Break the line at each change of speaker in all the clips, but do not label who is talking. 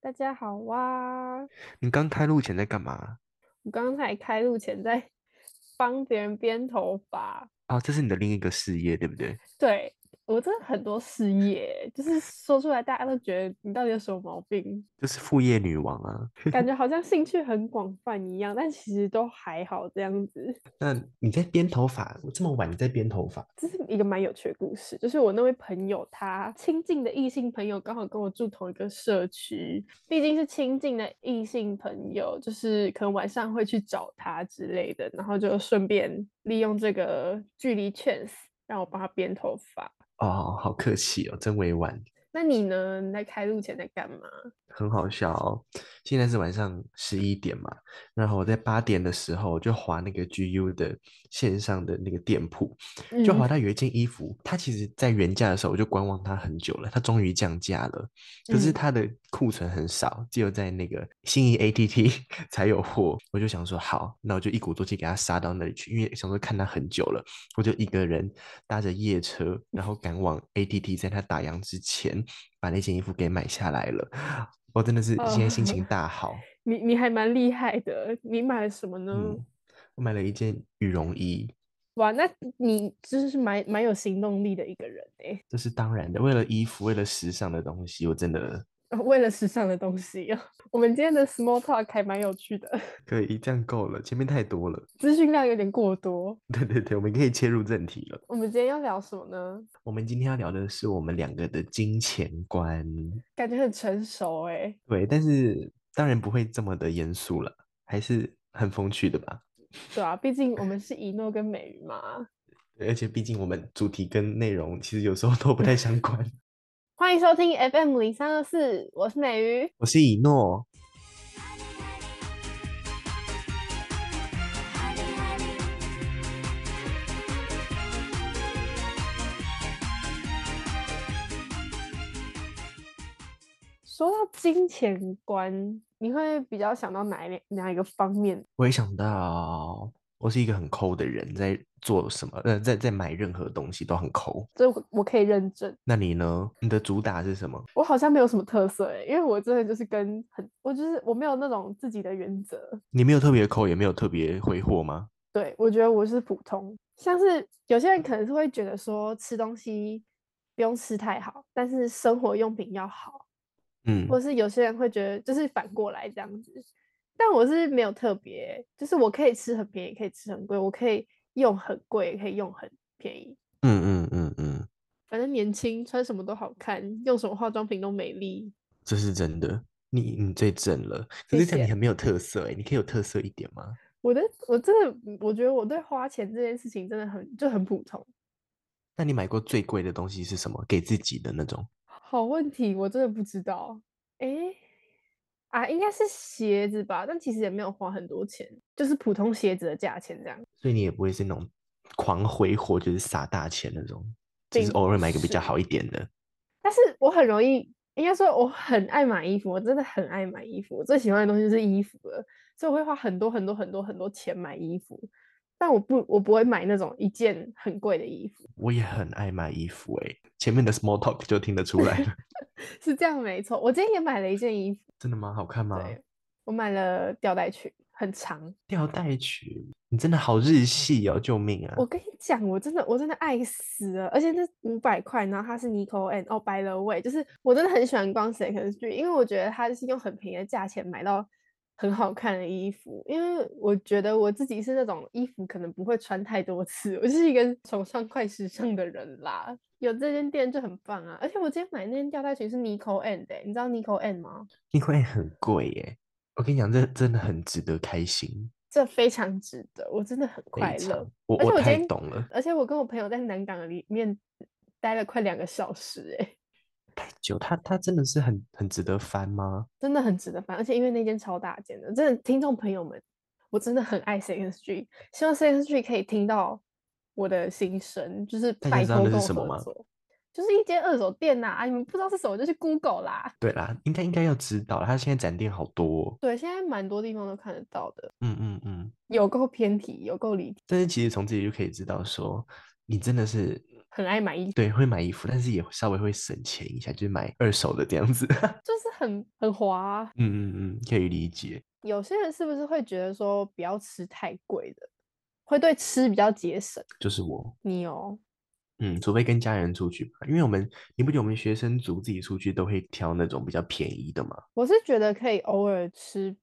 大家好哇！
你刚开录前在干嘛？
我刚才开录前在 帮别人编头发，
啊，这是你的另一个事业，对不对？
对我真的很多事业，就是说出来大家都觉得你到底有什么毛病，
就是副业女王啊。
感觉好像兴趣很广泛一样，但其实都还好这样子。
那你在编头发，这么晚你在编头发？
这是一个蛮有趣的故事，就是我那位朋友，他亲近的异性朋友刚好跟我住同一个社区，毕竟是亲近的异性朋友，就是可能晚上会去找他之类的，然后就顺便利用这个距离 chance 让我帮他编头发。
哦，好客气哦，真委婉，
那你呢？你在开录前在干嘛？
很好笑哦。现在是晚上十一点嘛，然后我在八点的时候就划那个 GU 的线上的那个店铺，就
嗯
划到有一件衣服，它其实在原价的时候我就观望它很久了，它终于降价了，可是
嗯
它的库存很少，只有在那个新义 ATT 才有货。我就想说好，那我就一鼓作气给它杀到那里去，因为想说看它很久了，我就一个人搭着夜车，然后赶往 ATT，在它打烊之前把那件衣服给买下来了。我真的是 现在心情
哦
大好，
你你还蛮厉害的，你买了什么呢？
嗯，我买了一件羽绒衣。
哇，那你就是蛮蛮有行动力的一个人欸诶、
这是当然的，为了衣服，为了时尚的东西，我真的
呃 为了时尚的东西哦，我们今天的 small talk 还蛮有趣的，
可以，这样够了，前面太多了。
资讯量有点过多。
对对对，我们可以切入正题了。
我们今天要聊什么呢？
我们今天要聊的是我们两个的金钱观，
感觉很成熟哎诶、
对，但是当然不会这么的严肃了，还是很风趣的吧。
对啊，毕竟我们是一诺跟美鱼嘛。
对而且毕竟我们主题跟内容其实有时候都不太相关。
欢迎收听 FM 零三二四，我是美鱼。
我是以诺，
说到金钱观，你会比较想到哪一类哪一个方面？
我也想到，我是一个很抠的人，在做什么，呃，在在买任何东西都很抠。
这我我可以认证，
那你呢？你的主打是什么？
我好像没有什么特色欸诶、因为我真的就是跟很，我就是我没有那种自己的原则。
你没有特别抠，也没有特别挥霍吗？
对，我觉得我是普通，像是有些人可能是会觉得说吃东西不用吃太好，但是生活用品要好，
嗯，
或是有些人会觉得就是反过来这样子。但我是没有特别，就是我可以吃很便宜，可以吃很贵，我可以用很贵，也可以用很便宜。
嗯嗯嗯嗯，
反正年轻，穿什么都好看，用什么化妆品都美丽。
这是真的。你你最正了，可
谢
是这样
谢
你很没有特色哎、你可以有特色一点吗？
我的我真的，我觉得我对花钱这件事情真的很就很普通。
那你买过最贵的东西是什么？给自己的那种
好问题，我真的不知道。诶，啊，应该是鞋子吧，但其实也没有花很多钱，就是普通鞋子的价钱这样，
所以你也不会是那种狂挥霍，就是撒大钱那种，只是
并
偶
不
尔买一个比较
是
好一点的。
但是我很容易，应该说我很爱买衣服，我真的很爱买衣服，我最喜欢的东西就是衣服了，所以我会花很多很多很多很多钱买衣服，但我不我不会买那种一件很贵的衣服，
我也很爱买衣服哎、前面的 small talk 就听得出来 了。
是这样没错。我今天也买了一件衣服，
真的吗？好看吗？
对我买了吊带裙，很长，
吊带裙，你真的好日系哦！救命啊！
我跟你讲，我真的我真的爱死了，而且那五百块，然后它是 Nico and 哦 By the way，就是我真的很喜欢逛 Second Street，因为我觉得它就是用很便宜的价钱买到很好看的衣服，因为我觉得我自己是那种衣服可能不会穿太多次，我就是一个崇尚快时尚的人啦。有这间店就很棒啊，而且我今天买那件吊带裙是 Nico and 的、你知道 Nico and 吗？
那块很贵耶、我跟你讲，这真的很值得开心，
这非常值得，我真的很
非
快乐
常。。我
而且我
我
今
太
天
懂了，
而且我跟我朋友在南港里面待了快两个小时、欸，
太久，它它真的是很很值得翻吗？
真的很值得翻。而且因为那间超大间的，真的听众朋友们，我真的很爱 Second Street，希望 Second Street 可以听到我的心声，就是
大家
拜
知道
托
那是
跟我
什么
合
吗
作。就是一间二手店呐、啊，你们不知道是什么就去 Google 啦。
对啦，应该应该要知道啦，它现在展店好多哦、
对，现在蛮多地方都看得到的，
嗯嗯嗯。
有够偏题，有够离题，
但是其实从这里就可以知道说，你真的是
很爱买衣服，
对，会买衣服，但是也稍微会省钱一下，就是买二手的这样子。
就是很很滑啊、
嗯嗯嗯，可以理解。
有些人是不是会觉得说不要吃太贵的，会对吃比较节省？
就是我，
你哦有
嗯，除非跟家人出去吧，因为我们你不觉得我们学生族自己出去都会挑那种比较便宜的吗？
我是觉得可以偶尔吃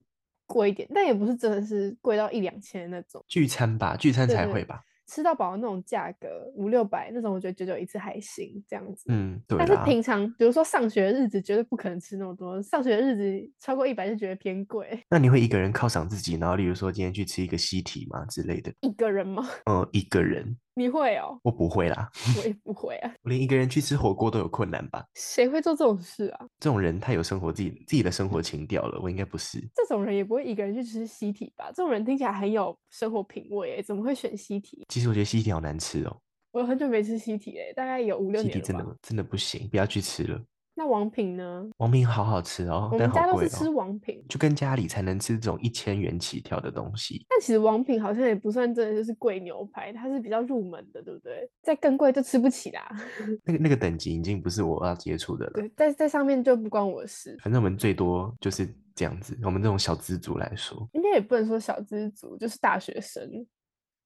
贵一点，但也不是真的是贵到一两千的那种，
聚餐吧，聚餐
对
才
对
会吧。
吃到饱的那种价格五六百那种，我觉得九九一次还行这样子。
嗯，对
但是
啦。
平常，比如说上学的日子，绝对不可能吃那么多。上学的日子超过一百就觉得偏贵。
那你会一个人犒赏自己，然后例如说今天去吃一个西提嘛之类的？
一个人吗？
嗯，一个人
你会哦？
我不会啦，
我也不会啊。
我连一个人去吃火锅都有困难吧？
谁会做这种事啊？
这种人太有生活自己自己的
嗯
生活情调了，我应该不是。
这种人也不会一个人去吃西体吧？这种人听起来很有生活品味诶、怎么会选西体？
其实我觉得西提好难吃哦，
我很久没吃西体诶、大概有五六
西
年
提
了
真
吧。
的真的不行，不要去吃了。
那王品呢？
王品好好吃哦，
我
但
们家
好
都
贵
是吃
哦，
王品，
就跟家里才能吃这种一千元起跳的东西。
但其实王品好像也不算真的就是贵牛排，它是比较入门的，对不对？再更贵就吃不起啦。
那个那个等级已经不是我要接触的了。
对，在在上面就不关我的事。
反正我们最多就是这样子，我们这种小资族来说
应该也不能说小资族，就是大学生。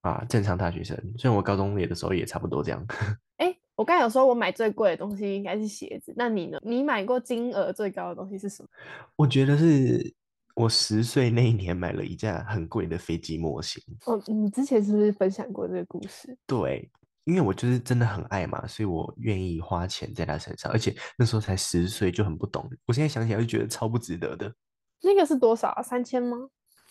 啊，正常大学生。虽然我高中也的时候也差不多这样，
哎，我刚才有说我买最贵的东西应该是鞋子，那你呢？你买过金额最高的东西是什么？
我觉得是我十岁那一年买了一架很贵的飞机模型。
哦，你之前是不是分享过这个故事？
对，因为我就是真的很爱嘛，所以我愿意花钱在他身上，而且那时候才十岁就很不懂，我现在想起来就觉得超不值得的。
那个是多少啊？三千吗？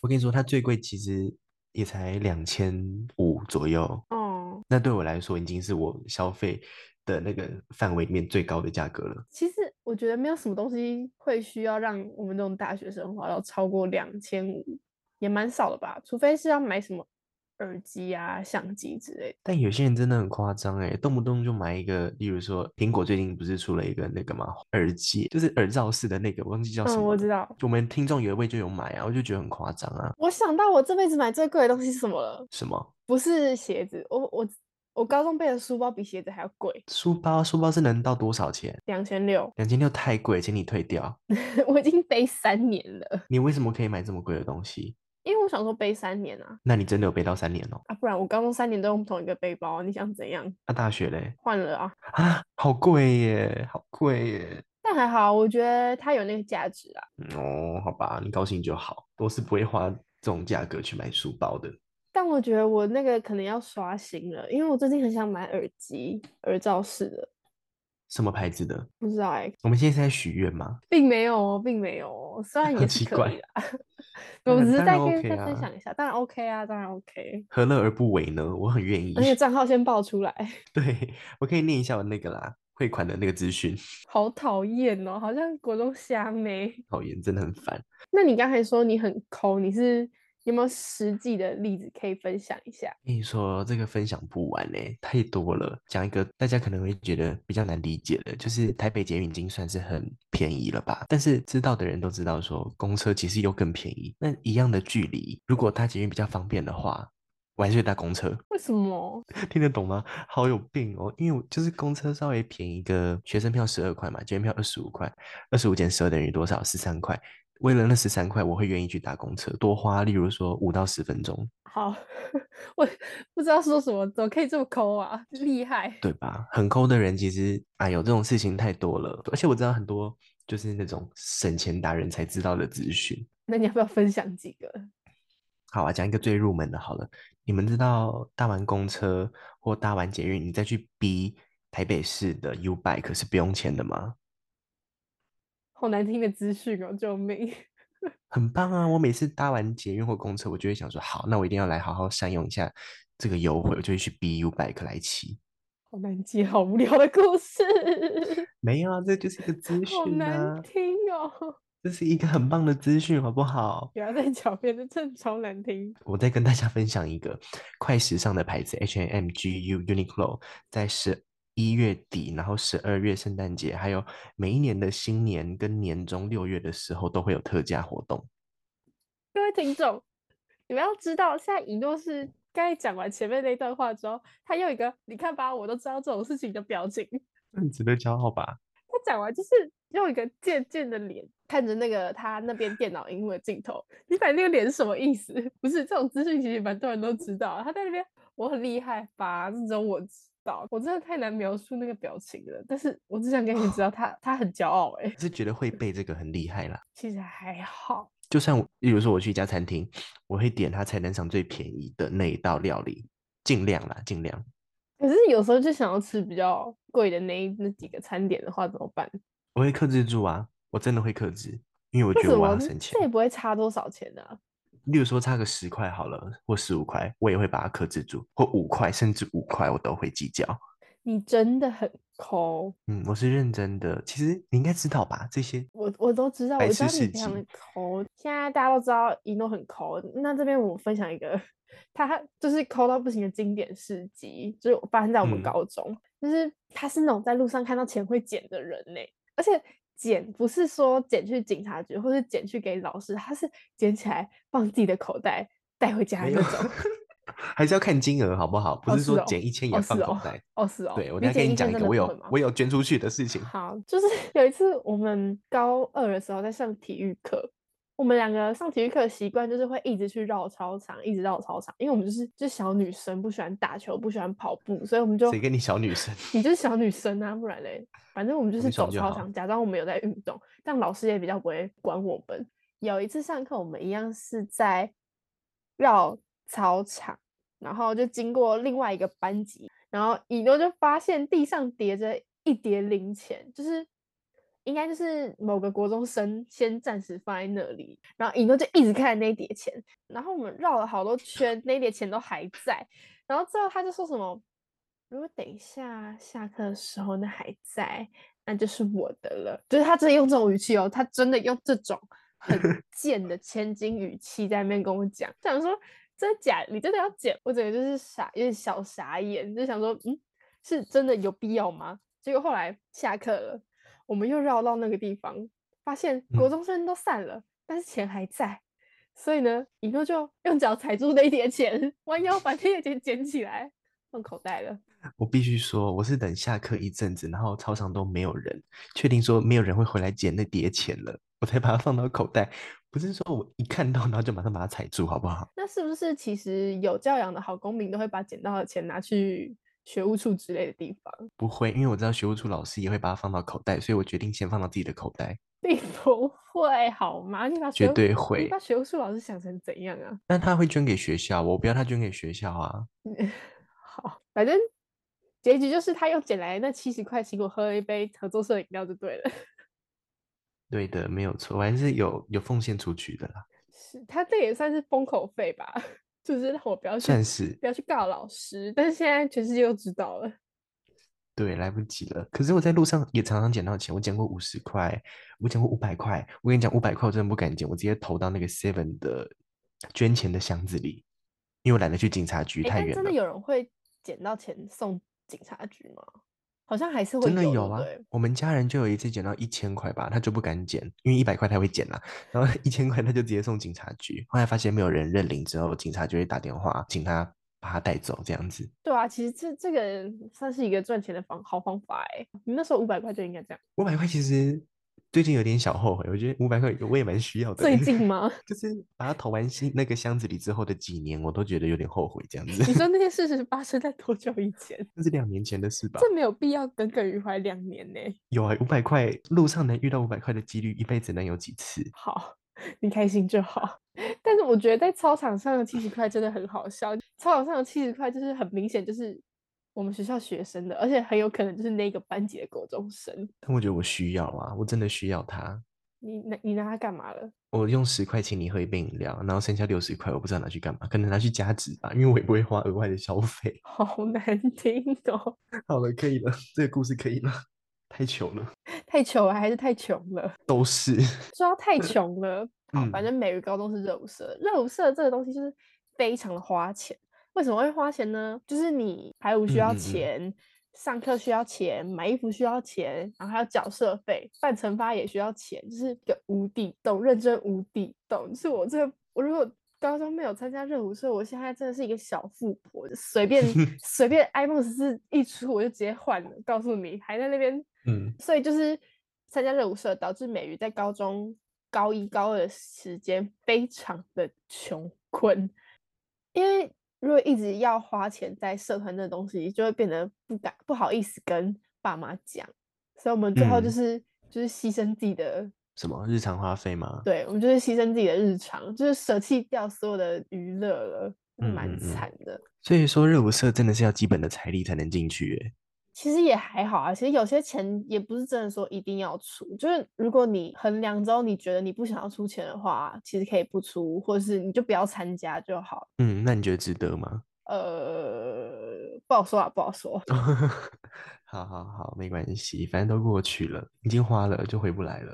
我跟你说，它最贵其实也才两千五左右，
哦，
那对我来说已经是我消费的那个范围里面最高的价格了。
其实我觉得没有什么东西会需要让我们这种大学生花到超过两千五，也蛮少的吧？除非是要买什么耳机啊、相机之类的。
但有些人真的很夸张哎，动不动就买一个，例如说苹果最近不是出了一个那个嘛耳机，就是耳罩式的那个，我忘记叫什
嗯，
么
我
了
知道。
我们听众有一位就有买啊，我就觉得很夸张啊，
我想到我这辈子买最贵的东西是什么了？
什么？
不是鞋子，我我我高中背的书包比鞋子还要贵，
书包，书包是能到多少钱？
两千六，
两千六太贵，请你退掉。
我已经背三年了，
你为什么可以买这么贵的东西？
因为我想说背三年啊
那你真的有背到三年哦？
啊，不然我高中三年都用同一个背包，你想怎样？
那、大学嘞？
换了啊，
啊，好贵耶，好贵耶。
但还好，我觉得它有那个价值啊。
嗯哦，好吧，你高兴就好。我是不会花这种价格去买书包的。
但我觉得我那个可能要刷新了，因为我最近很想买耳机，耳罩式的，
什么牌子的？
不知道哎、
我们现在是在许愿吗？
并没有哦，并没有哦，虽 然
很
也是
奇
可
怪
以的，
当
我
然
只是
当
再
然
跟
OK
大家分
啊
享一下，当然 OK 啊，当然 OK，
何乐而不为呢？我很愿意
而。且账号先报出来。
对，我可以念一下我那个啦，汇款的那个资讯。
好讨厌哦，好像国中虾妹。
讨厌，真的很烦。
那你刚才说你很抠，你是有没有实际的例子可以分享一下？
跟你说，这个分享不完呢、太多了。讲一个大家可能会觉得比较难理解的，就是台北捷运已经算是很便宜了吧？但是知道的人都知道说公车其实又更便宜。那一样的距离，如果搭捷运比较方便的话，我还是会搭公车。
为什么？
听得懂吗？好有病哦！因为我就是公车稍微便宜个，学生票十二块嘛，捷运票二十五块，二十五减十二等于多少？十三块。为了那十三块，我会愿意去搭公车，多花，例如说五到十分钟。
好， 我不知道说什么，怎么可以这么抠啊？ 厉害！
对吧？很抠的人其实，哎呦，这种事情太多了。而且我知道很多就是那种省钱达人才知道的资讯。
那你要不要分享几个？
好啊，讲一个最入门的好了。你们知道搭完公车或搭完捷运，你再去逼台北市的 U Bike 是不用钱的吗？
好难听的资讯哦，救命！
很棒啊！我每次搭完捷运或公车，我就会想说，好，那我一定要来好好善用一下这个优惠，我就会去逼 U Bike 来骑。
好难接，好无聊的故事，
没有啊，这就是一个资
好
讯啊
难，听哦！
这是一个很棒的资讯，好不好？
不要再狡辩，这真的超难听。
我再跟大家分享一个快时尚的牌子 H&M、GU、Uniqlo，在十一月底，然后十二月圣诞节，还有每一年的新年跟年终六月的时候都会有特价活动。
各位听众，你们要知道，现在以诺是刚才讲完前面那段话之后，他又一个你看吧，我都知道这种事情的表情。
那你值得骄傲吧？
他讲完就是用一个贱贱的脸看着那个他那边电脑荧幕的镜头，你摆那个脸是什么意思？ 不是这种资讯，其实蛮多人都知道。啊他在那边我很厉害吧，这种我知道，我真的太难描述那个表情了。但是我只想给你知道
哦
他，他很骄傲哎、
是觉得会背这个很厉害啦。
其实还好。
就算我，例如说我去一家餐厅，我会点它菜单上最便宜的那一道料理，尽量啦，尽量。
可是有时候就想要吃比较贵的那一那几个餐点的话，怎么办？
我会克制住啊，我真的会克制，因为我
为
觉
什
得我
么
要省钱
这。也不会差多少钱啊？
例如说差个十块好了，或十五块，我也会把它克制住，或五块甚至五块我都会计较。
你真的很抠，
嗯，我是认真的。其实你应该知道吧，这些
我我都知道，我
白
知道
痴
你
事
非常的
迹。
抠。现在大家都知道一诺很抠，那这边我分享一个，他就是抠到不行的经典事迹，就是我发生在我们
嗯
高中，就是他是那种在路上看到钱会捡的人呢、而且捡不是说捡去警察局或是捡去给老师，他是捡起来放自己的口袋带回家的
没
那
有
种。
还是要看金额好不好？不
哦
是
是
说
哦
减一千
哦
也放
是
口
哦
袋。
哦是哦，
对我
你捡
等一下跟
一
你讲
千
一
真
个
的
我
不会
有
吗
我有捐出去的事情。
好，就是 有一次我们高二的时候在上体育课，我们两个上体育课的习惯就是会一直去绕操场，一直绕操场，因为我们就是就是小女生，不喜欢打球，不喜欢跑步，所以我们就
谁跟你小女生？
你就是小女生啊，不然嘞，反正我们就
我
是
们小
走
就
操
好
场，假装我们有在运动，但老师也比较不会管我们。有一次上课，我们一样是在绕操场，然后就经过另外一个班级，然后以诺就发现地上叠着一叠零钱，就是应该就是某个国中生先暂时放在那里，然后以诺就一直看那一叠钱，然后我们绕了好多圈，那一叠钱都还在，然后最后他就说什么，如果等一下下课的时候那还在，那就是我的了，就是他真的用这种语气哦，他真的用这种很贱的千金语气在那边跟我讲，想说真的假的，你真的要捡？我整个就是傻，有点小傻眼，就想说，嗯，是真的有必要吗？结果后来下课了，我们又绕到那个地方，发现国
嗯
中生都散了，但是钱还在，所以呢，以诺就用脚踩住那一叠钱，弯腰把那叠钱捡起来放口袋了。
我必须说，我是等下课一阵子，然后操场都没有人，确定说没有人会回来捡那叠钱了，我才把它放到口袋。不是说我一看到，然后就马上把它踩住，好不好？
那是不是其实有教养的好公民都会把捡到的钱拿去学务处之类的地方，
不会，因为我知道学务处老师也会把它放到口袋，所以我决定先放到自己的口袋，
并不会好吗？你把
绝
学务
对
你
会
把。学务处老师想成怎样啊？
但他会捐给学校，我不要他捐给学校啊。
好，反正结局就是他又捡来那七十块，请我喝了一杯合作社饮料就对了。
对的，没有错，我还是有有奉献出去的啦，
是他这也算是封口费吧， 就是让我不要去
算是
不要去告老师，但是现在全世界都知道了。
对，来不及了。可是我在路上也常常捡到钱，我捡过五十块，我捡过五百块。我跟你讲，五百块我真的不敢捡，我直接投到那个 Seven 的捐钱的箱子里，因为我懒得去警察局，
哎、
太
但
远
真的
了。
有人会捡到钱送警察局吗？好像还是会
真的
有
有
对不
啊
对，
我们家人就有一次捡到一千块吧，他就不敢捡，因为一百块他会捡啦，然后一千块他就直接送警察局。后来发现没有人认领之后，警察就会打电话请他把他带走，这样子。
对啊，其实这这个算是一个赚钱的方好方法哎、你那时候五百块就应该这样，
五百块其实最近有点小后悔，我觉得五百块我也蛮需要的。
最 近吗？
就是把它投完新那个箱子里之后的几年，我都觉得有点后悔这样子。
你说那些事实发生在多久以前？
那是两年前的事吧？
这没有必要耿耿于怀两年呢、
有啊，五百块路上能遇到五百块的几率，一辈子能有几次？
好，你开心就好。 但是我觉得在操场上的七十块真的很好笑，操场上的七十块就是很明显就是我们学校学生的，而且很有可能就是那个班级的国中生。
但我觉得我需要啊，我真的需要它。
你拿你拿它干嘛了？
我用十块请你喝一杯饮料，然后剩下六十块我不知道拿去干嘛，可能拿去加值吧，因为我也不会花额外的消费。
好难听哦，
好了，可以了，这个故事可以了，太糗了，
太穷了还是太穷了。
都是。
说到太穷了，好，反
嗯
正美语高中是热舞社，热舞社这个东西就是非常的花钱。为什么会花钱呢？就是你排舞需
嗯
要
嗯嗯
钱，上课需要钱，买衣服需要钱，然后还要缴社费，办惩罚也需要钱，就是一个无底洞，认真无底洞。就是我这我如果高中没有参加热舞社，我现在真的是一个小富婆，就随 便随便 iPhone 十四一出我就直接换了，告诉你还在那边。
嗯，
所以就是参加热舞社，导致美瑜在高中高一高二的时间非常的穷困，因为如果一直要花钱在社团这东西，就会变得不敢不好意思跟爸妈讲，所以我们最后就
嗯
是、就是牺牲自己的
什么日常花费吗？
对，我们就是牺牲自己的日常，就是舍弃掉所有的娱乐了，
嗯
蛮
嗯嗯
惨的。
所以说热舞社真的是要基本的财力才能进去耶，
其实也还好啊，其实有些钱也不是真的说一定要出，就是如果你衡量之后你觉得你不想要出钱的话，其实可以不出，或者是你就不要参加就好。
嗯，那你觉得值得吗？
呃，不好说啊，不好说。
好好好，没关系，反正都过去了，已经花了就回不来了。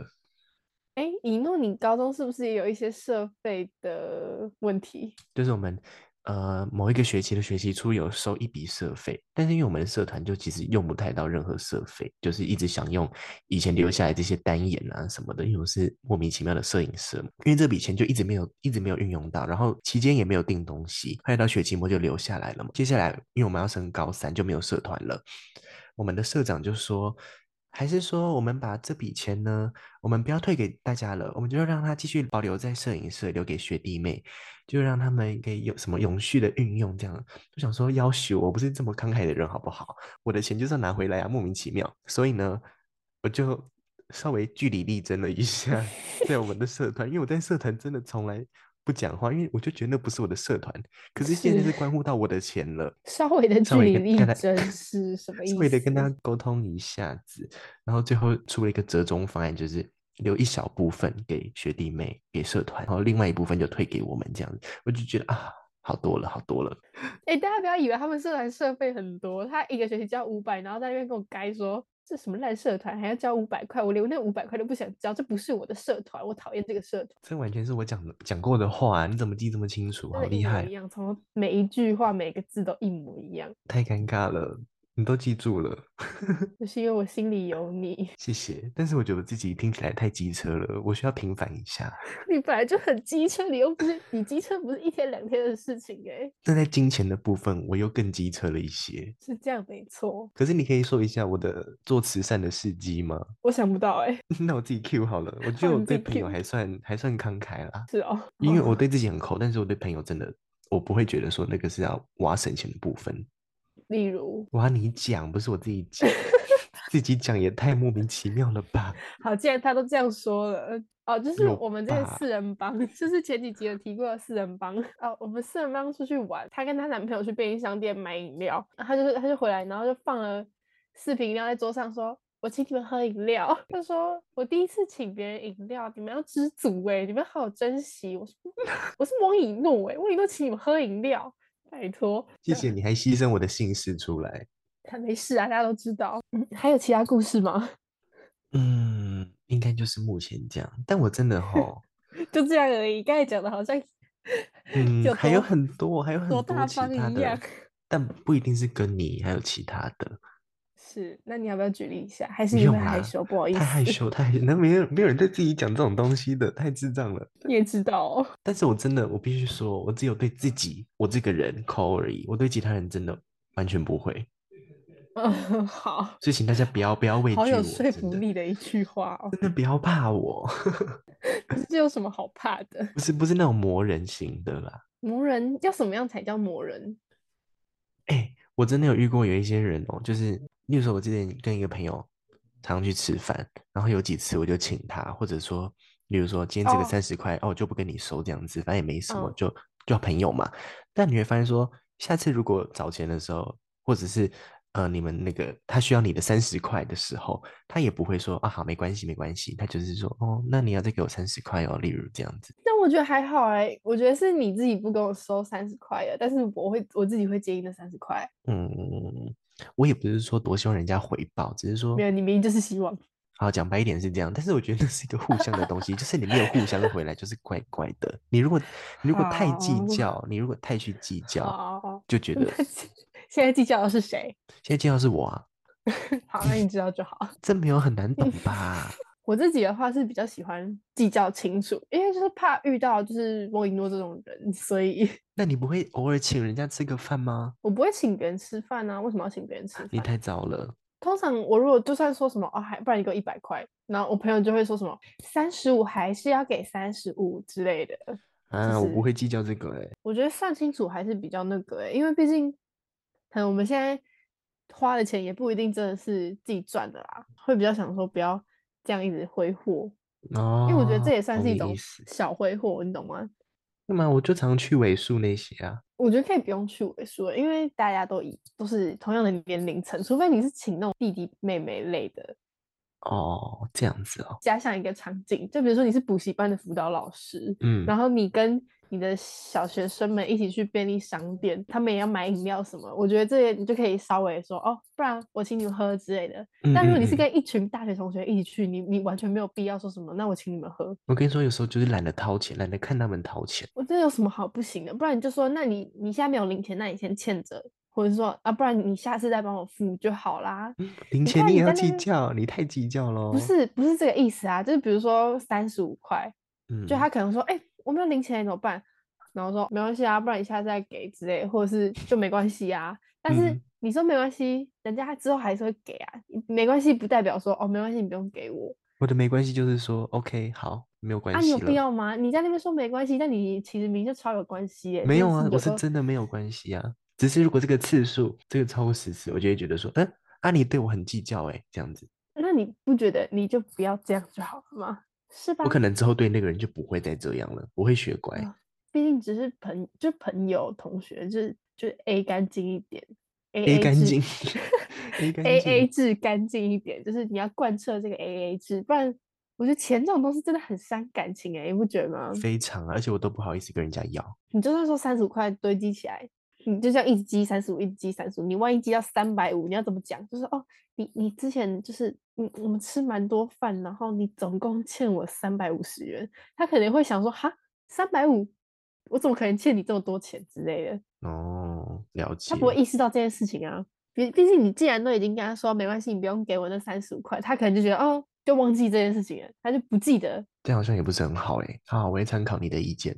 哎，一诺，你高中是不是也有一些社费的问题？
就是我们呃某一个学期的学期初有收一笔社费，但是因为我们的社团就其实用不太到任何社费，就是一直想用以前留下来这些单眼啊什么的，因为我是莫名其妙的摄影社嘛，因为这笔钱就一直没有一直没有运用到，然后期间也没有订东西，快到学期末就留下来了嘛。接下来因为我们要升高三就没有社团了，我们的社长就说。还是说，我们把这笔钱呢，我们不要退给大家了，我们就让它继续保留在摄影社，留给学弟妹。就让他们可以有什么永续的运用，这样就想说要求我不是这么慷慨的人，好不好？我的钱就是要拿回来啊，莫名其妙。所以呢，我就稍微据理力争了一下，在我们的社团，因为我在社团真的从来不讲话，因为我就觉得那不是我的社团。可是现在是
是
关乎到我的钱了，
稍微的
稍
距
微
离
跟
力
跟他
争是什么意
稍
思？
微的跟他沟通一下子，然后最后出了一个折中方案，就是留一小部分给学弟妹、给社团，然后另外一部分就退给我们这样子。我就觉得啊，好多了，好多了。
哎、大家不要以为他们社团社费很多，他一个学期交五百，然后在那边跟我该说这什么烂社团还要交五百块，我连那五百块都不想交，这不是我的社团，我讨厌这个社团，
这完全是我讲的讲过的话、你怎么记这么清楚？
真
好
的，一
厉
模
害
一，样，从头每一句话每个字都一模一样，
太尴尬了，你都记住了，
就是因为我心里有你，
谢谢。但是我觉得我自己听起来太机车了，我需要平反一下。
你本来就很机车，你又不是你机车不是一天两天的事情哎、
但在金钱的部分，我又更机车了一些。
是这样没错，
可是你可以说一下我的做慈善的事迹吗？
我想不到哎、
那我自己 Q 好了，我觉
好哦你
得我
自己
对朋友
cue
还算还算慷慨啦，
是哦，
因为
好
我对自己很抠，但是我对朋友真的，我不会觉得说那个是要挖省钱的部分。
例如
哇，你讲不是我自己讲，自己讲也太莫名其妙了吧？
好，既然他都这样说了，哦，就是
有
我们这个
吧
四人帮， 就是前几集有提过的四人帮哦，我们四人帮出去玩，她跟她男朋友去便利商店买饮料，她就是她就回来，然后就放了四瓶饮料在桌上，说。我请你们喝饮料， 她说我第一次请别人饮料，你们要知足哎、你们好好珍惜。我说 我是翁以诺哎、翁以诺请你们喝饮料，拜托。
谢谢你还牺牲我的姓氏出来。
他没事啊，大家都知道。 嗯还有其他故事吗？
嗯，应该就是目前这样，但我真 的吼，
就这样而已。刚才讲的好像
嗯，
有
还有
多
很多，还有很
多大
其
方
他
一
的
样，
但不一定是跟你，还有其他的。
是，那你要不要举例一下？还是
不
你会
用
害
啦，
羞？不好意思，
太害羞，太害羞， 那没有没有人在自己讲这种东西的，太智障了。
你也知道、 哦，
但是我真的，我必须说，我只有对自己，我这个人抠而已，我对其他人真的完全不会。
嗯，好，
所以请大家不要不要畏惧
好有
我，
说
真
服
的
力的一句话哦，
真的不要怕我，
这有什么好怕的？
不是不是那种磨人型的啦。
磨人要什么样才叫磨人？
哎、我真的有遇过有一些人哦，就是，例如说，我之前跟一个朋友常常去吃饭，然后有几次我就请他，或者说，例如说今天这个
哦
三十块，哦，我就不跟你收这样子，反正也没什么，
嗯
就就朋友嘛。但你会发现说，下次如果找钱的时候，或者是呃，你们那个他需要你的三十块的时候，他也不会说啊，好，没关系，没关系，他就是说，哦，那你要再给我三十块哦，例如这样子。
但我觉得还好哎、我觉得是你自己不跟我收三十块的，但是我会我自己会介意那三十块，
嗯，我也不是说多希望人家回报，只是说
没有，你明明就是希望。
好，讲白一点是这样，但是我觉得那是一个互相的东西，就是你没有互相回来，就是怪怪的。你如果你如果太计
好
较，你如果太去计较，
哦，
就觉 得
那现在计较的是谁？
现在计较是我啊，
好，那你知道就好。
这没有很难懂吧？
我自己的话是比较喜欢计较清楚，因为就是怕遇到就是莫一诺这种人，所以
那你不会偶尔请人家吃个饭吗？
我不会请别人吃饭啊。为什么要请别人吃
你
饭？
太早了，
通常我如果就算说什么哦，还不然你给我一百块，然后我朋友就会说什么三十五还是要给三十五之类的。
啊，我
是
不会计较这个哎、
我觉得算清楚还是比较那个、欸，因为毕竟可能我们现在花的钱也不一定真的是自己赚的啦，会比较想说不要这样一直挥霍，
哦，
因为我觉得这也算
懂
是一
你
种
意思
小挥霍，你懂吗？
那么我就常去尾数那些啊，
我觉得可以不用去尾数了，因为大家都一都是同样的年龄层，除非你是请那种弟弟妹妹类的，
哦，这样子哦，
加上一个场景，就比如说你是补习班的辅导老师，
嗯，
然后你跟你的小学生们一起去便利商店，他们也要买饮料什么，我觉得这些你就可以稍微说哦，不然我请你们喝之类的。
嗯
但如果你
嗯
是
嗯
跟一群大学同学一起去，你你完全没有必要说什么，那我请你们喝，
我跟你说，有时候就是懒得掏钱，懒得看他们掏钱，
我这有什么好不行的？不然你就说，那你你现在没有零钱，那你先欠着，或者说啊，不然你下次再帮我付就好啦。
嗯零
你
钱
看
你
你
也
在
要
那
计
边
较，你太计较喽。
不，是不是这个意思啊，就是比如说三十五块，
嗯，
就他可能说，哎、我没有零钱怎么办？然后说没关系啊，不然你下次再给之类，或者是就没关系啊。但是
嗯
你说没关系，人家之后还是会给啊，没关系不代表说哦没关系，你不用给我
我的没关系，就是说 OK，好，没有关
啊，你
系
有
了，
必要吗？你在那边说没关系，但你其实明明就超有关系耶、
没
这件
有
事
啊，
情
我
有
是
时候
真的没有关系啊。只是如果这个次数这个超过十次，我就会觉得说，嗯，啊，你对我很计较哎，这样子，
那你不觉得你就不要这样就好了吗？是吧
我？可能之后对那个人就不会再这样了，我会学乖。
啊毕竟只是朋就朋友同学，就是就是 A 干净一点
A
，A
干净，A 干
A
净
A 制干净一点，就是你要贯彻这个 A A 制，不然我觉得钱这种东西真的很伤感情哎、你不觉得吗？
非常啊，而且我都不好意思跟人家要。
你就算说三十五块堆积起来，你就这样一直积三十五，一直积三十五，你万一积到三百五，你要怎么讲？就是哦，你你之前就是嗯，我们吃蛮多饭，然后你总共欠我三百五十元，他可能会想说哈，三百五，我怎么可能欠你这么多钱之类的？
哦，了解。
他不会意识到这件事情啊。毕毕竟你既然都已经跟他说没关系，你不用给我那三十五块，他可能就觉得哦，就忘记这件事情了，他就不记得。
这样好像也不是很好哎。好，我会参考你的意 见，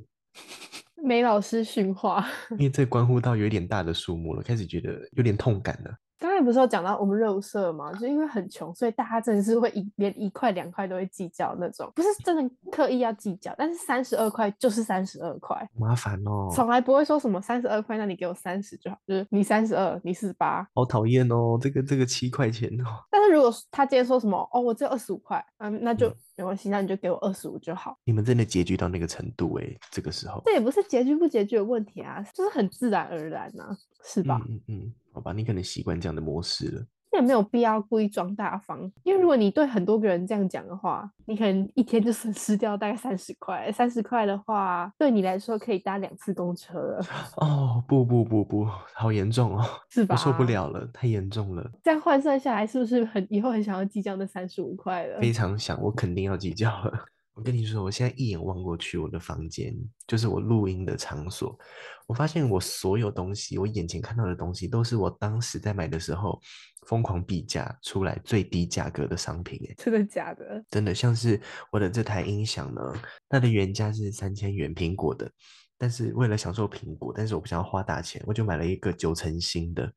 梅老师训话，
因为这关乎到有一点大的数目了，开始觉得有点痛感了。
刚才不是有讲到我们热舞社嘛，就因为很穷，所以大家真的是会一连一块两块都会计较那种，不是真的刻意要计较，但是三十二块就是三十二块，
麻烦哦，
从来不会说什么三十二块，那你给我三十就好，就是你三十二，你四十八，
好讨厌哦，这个这个七块钱哦，
但是如果是他今天说什么哦，我只有二十五块，嗯，那就
嗯
没关系，那你就给我二十五就好。
你们真的拮据到那个程度哎，这个时候，
这也不是拮据不拮据的问题啊，就是很自然而然啊，是吧？
嗯嗯嗯，好吧，你可能习惯这样的模式了。
那也没有必要故意装大方，因为如果你对很多个人这样讲的话，你可能一天就损失掉大概三十块，三十块的话，对你来说可以搭两次公车了，
哦，不不不不，好严重哦，
是吧？
我受不，了了，太严重了，
这样换算下来，是不是很以后很想要计较那三十五块了？
非常想，我肯定要计较了。我跟你说，我现在一眼望过去，我的房间就是我录音的场所。我发现我所有东西，我眼前看到的东西，都是我当时在买的时候疯狂比价出来最低价格的商品。哎，
真的假的？
真的像是我的这台音响呢，它的原价是三千元，苹果的。但是为了享受苹果，但是我不想要花大钱，我就买了一个九成新的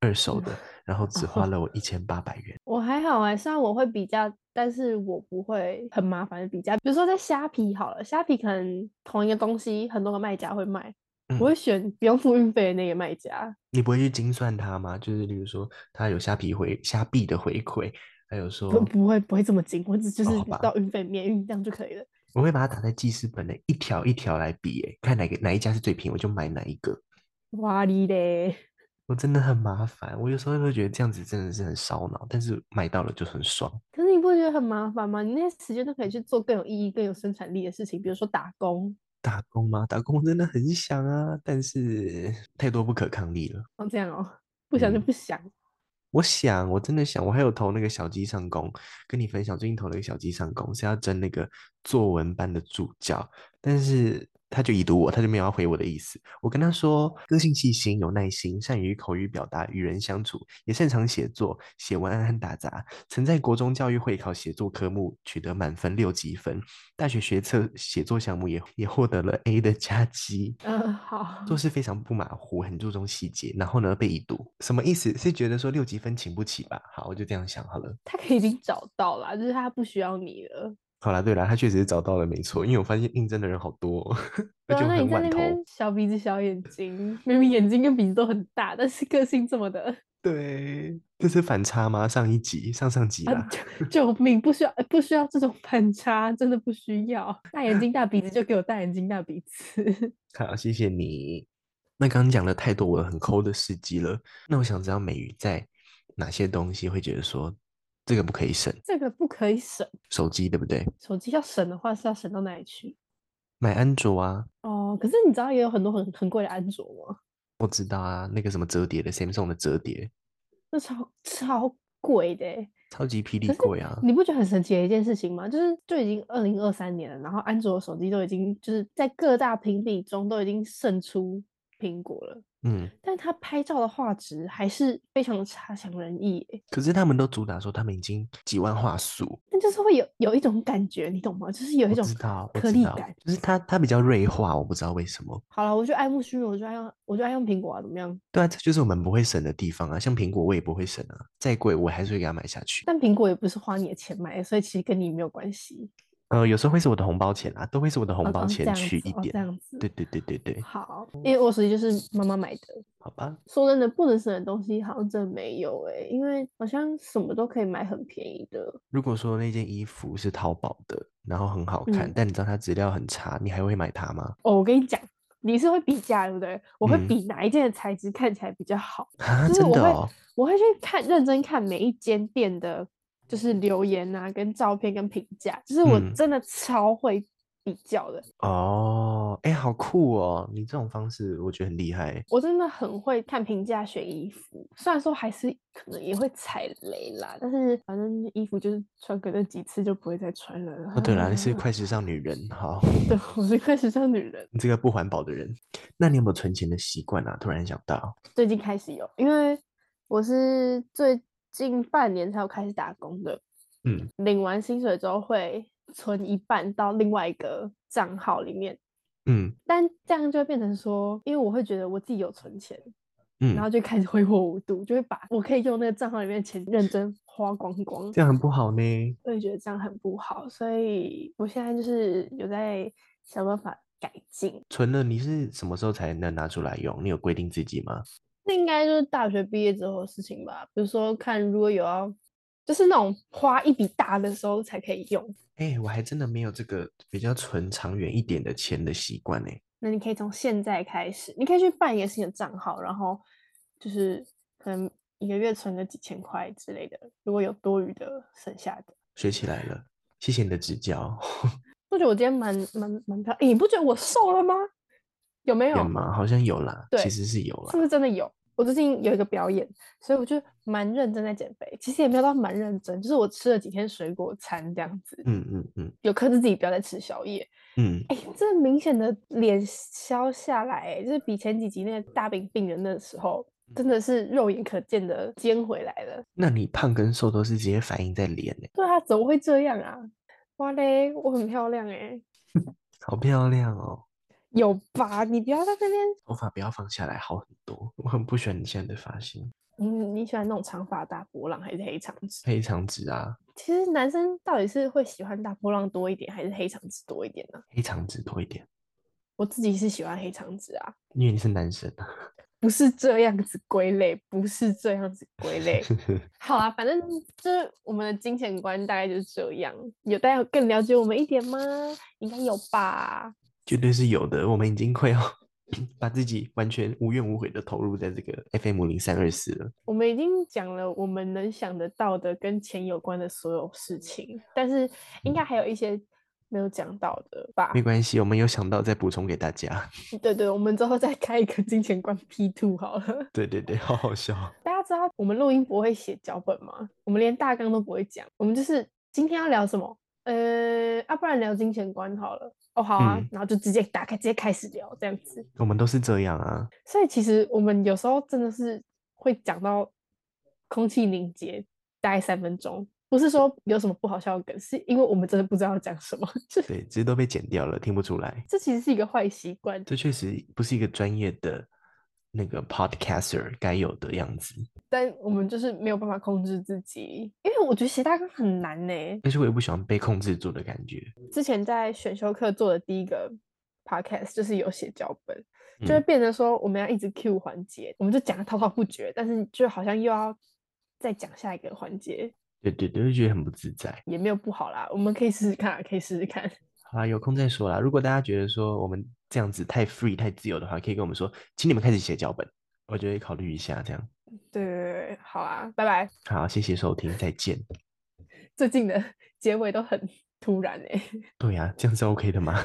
二 手的，然后只花了我一千八百元。
我还好哎、虽然我会比较，但是我不会很麻烦的比较。比如说在虾皮好了，虾皮可能同一个东西很多个卖家会卖，我会
嗯
选不用付运费的那个卖家。
你不会去精算它吗？就是例如说，它有虾皮回虾币的回馈，还有说
不不会不会这么精，我只就
哦
是
好吧
到运费免运这样就可以了。
我会把它打在记事本的一条一条来比、欸，看哪个哪一家是最便宜，我就买哪一个。
哇哩嘞，
我真的很麻烦，我有时候会觉得这样子真的是很烧脑，但是买到了就很爽。
可是你不觉得很麻烦吗？你那些时间都可以去做更有意义、更有生产力的事情，比如说打工。
打工吗？打工真的很想啊，但是太多不可抗力了。
哦，这样哦，不想就
嗯
不想。
我想，我真的想，我还有投那个小鸡上工，跟你分享，最近投了一个小鸡上工，是要争那个作文班的助教，但是他就已读我，他就没有要回我的意思。我跟他说，个性细心、有耐心，善于口语表达，与人相处，也擅长写作、写文案和打杂。曾在国中教育会考写作科目取得满分六级分，大学学测写作项目也也获得了 A 的加绩。
嗯，好，
做事非常不马虎，很注重细节，然后呢被已读，什么意思？是觉得说六级分请不起吧？好，我就这样想好了。
他可以已经找到了，就是他不需要你了。
好啦，对啦，他确实是找到了，没错，因为我发现应征的人好多、哦，
对
而
啊
且
那
我很
你在那
晚
边
投。
小鼻子小眼睛，明明眼睛跟鼻子都很大，但是个性这么的，
对，这是反差吗？上一集、上上集啦
啊，，救救命！不需要，不需要这种反差，真的不需要。大眼睛大鼻子就给我大眼睛大鼻子。
好，谢谢你。那刚刚讲了太多我很抠的事迹了，那我想知道美鱼在哪些东西会觉得说这个不可以省，
这个不可以省，
手机对不对？
手机要省的话是要省到哪里去？
买安卓啊，
哦，可是你知道也有很多很很贵的安卓吗？
我知道啊，那个什么折叠的 Samsung 的折叠，
那超超贵的欸、
超级霹雳
可是
贵啊。
你不觉得很神奇的一件事情吗？就是就已经二零二三年了，然后安卓手机都已经就是在各大评比中都已经胜出苹果了，
嗯，
但它拍照的画质还是非常的差强人意、欸。
可是他们都主打说他们已经几万画素，
但就是会有有一种感觉，你懂吗？就是有一
我
种
知道，我
颗
知
粒
道
感。，
就是它它比较锐化，我不知道为什么。
好了，我就爱慕虚荣，我就爱用，我就爱用苹果啊，怎么样？
对啊，这就是我们不会省的地方啊。像苹果我也不会省啊，再贵我还是会给它买下去。
但苹果也不是花你的钱买的，所以其实跟你没有关系。
呃，有时候会是我的红包钱啊，都会是我的
哦
红包
哦这
钱
样
去
子，
一
哦，这
点。
样子。
对对对对对，
好，因为我手机就是妈妈买的，
好吧。
说真的，不能省的东西好像真的没有诶、因为好像什么都可以买很便宜的。
如果说那件衣服是淘宝的，然后很好看，
嗯
但你知道它质量很差，你还会买它吗？
哦，我跟你讲，你是会比价对不对？我会
嗯
比哪一件的材质看起来比较好，
啊，
就是
真
我
的
会
哦，
我会去看认真看每一间店的，就是留言啊、跟照片、跟评价，就是我
嗯
真的超会比较的，
哦，哎，好酷哦！你这种方式我觉得很厉害。
我真的很会看评价选衣服，虽然说还是可能也会踩雷啦，但是反正衣服就是穿个那几次就不会再穿了。
哦，对了，你
啊
是快时尚女人，好。
对，我是快时尚女人，
你这个不环保的人，那你有没有存钱的习惯啊？突然想到，
最近开始有，因为我是最近半年才有开始打工的，
嗯，
领完薪水之后会存一半到另外一个账号里面，
嗯
但这样就会变成说，因为我会觉得我自己有存钱，然
嗯，
后就开始挥霍无度，就会把我可以用那个账号里面的钱认真花光光，
这样很不好呢。
我也觉得这样很不好，所以我现在就是有在想办法改进。
存了你是什么时候才能拿出来用？你有规定自己吗？
那应该就是大学毕业之后的事情吧。比如说，看如果有要，就是那种花一笔大的时候才可以用。
哎、我还真的没有这个比较存长远一点的钱的习惯呢。
那你可以从现在开始，你可以去办一个新的账号，然后就是可能一个月存个几千块之类的。如果有多余的剩下的，
学起来了，谢谢你的指教，
不觉得我今天蛮蛮蛮漂？诶你不觉得我瘦了吗？有没有？
有吗？好像有啦，
对
其实是有
是不
啦。
是真的有？我最近有一个表演，所以我就蛮认真在减肥。其实也没有到蛮认真，就是我吃了几天水果餐这样子，
嗯嗯嗯
有克制自己不要再吃宵夜。
嗯，
哎、这明显的脸消下来、欸就是比前几集那个大饼病人那时候，真的是肉眼可见的尖回来了。
那你胖跟瘦都是直接反映在脸呢，
对啊，怎么会这样啊？哇嘞，我很漂亮哎、
好漂亮哦，
有吧？你不要在那边，
头发不要放下来，好很多。我很不喜欢你现在的发型，
嗯，你喜欢那种长发大波浪还是黑长直？
黑长直啊，
其实男生到底是会喜欢大波浪多一点，还是黑长直多一点呢、
黑长直多一点。
我自己是喜欢黑长直啊，
因为你是男生啊，
不是这样子归类，不是这样子归类。好啊，反正就是我们的金钱观大概就是这样。有大家有更了解我们一点吗？应该有吧。
绝对是有的。我们已经快要 把自己完全无怨无悔的投入在这个 FM 零三二四了。
我们已经讲了我们能想得到的跟钱有关的所有事情，但是应该还有一些没有讲到的吧
没？关系，我们有想到再补充给大家。
对对，我们之后再开一个金钱观 P two 好了。
对对对，好好笑。
大家知道我们录音不会写脚本吗？我们连大纲都不会讲，我们就是今天要聊什么，呃，啊，不然聊金钱观好了。哦，好啊，
嗯
然后就直接打开，直接开始聊这样子。
我们都是这样 啊，
所以其实我们有时候真的是会讲到空气凝结，大概三分钟。不是说有什么不好笑的梗，是因为我们真的不知道要讲什么。 这
对，这都被剪掉了，听不出来。
这其实是一个坏习惯。
这确实不是一个专业的那个 podcaster 该有的样子。
但我们就是没有办法控制自己，因为我觉得写大纲很难呢、
但是我也不喜欢被控制住的感觉。
之前在选修课做的第一个 podcast 就是有写脚本，就会
嗯
变成说我们要一直 Q 环节，我们就讲的滔滔不绝，但是就好像又要再讲下一个环节，
对对对，就觉得很不自在。
也没有不好啦。我们可以试试看啊，可以试试看。
好啦，有空再说啦。如果大家觉得说我们这样子太 free 太自由的话，可以跟我们说，请你们开始写脚本，我觉得考虑一下这样。
对对对，对好啊，拜拜。
好，谢谢收听，再见。
最近的结尾都很突然哎、
啊对呀、这样是 OK 的吗？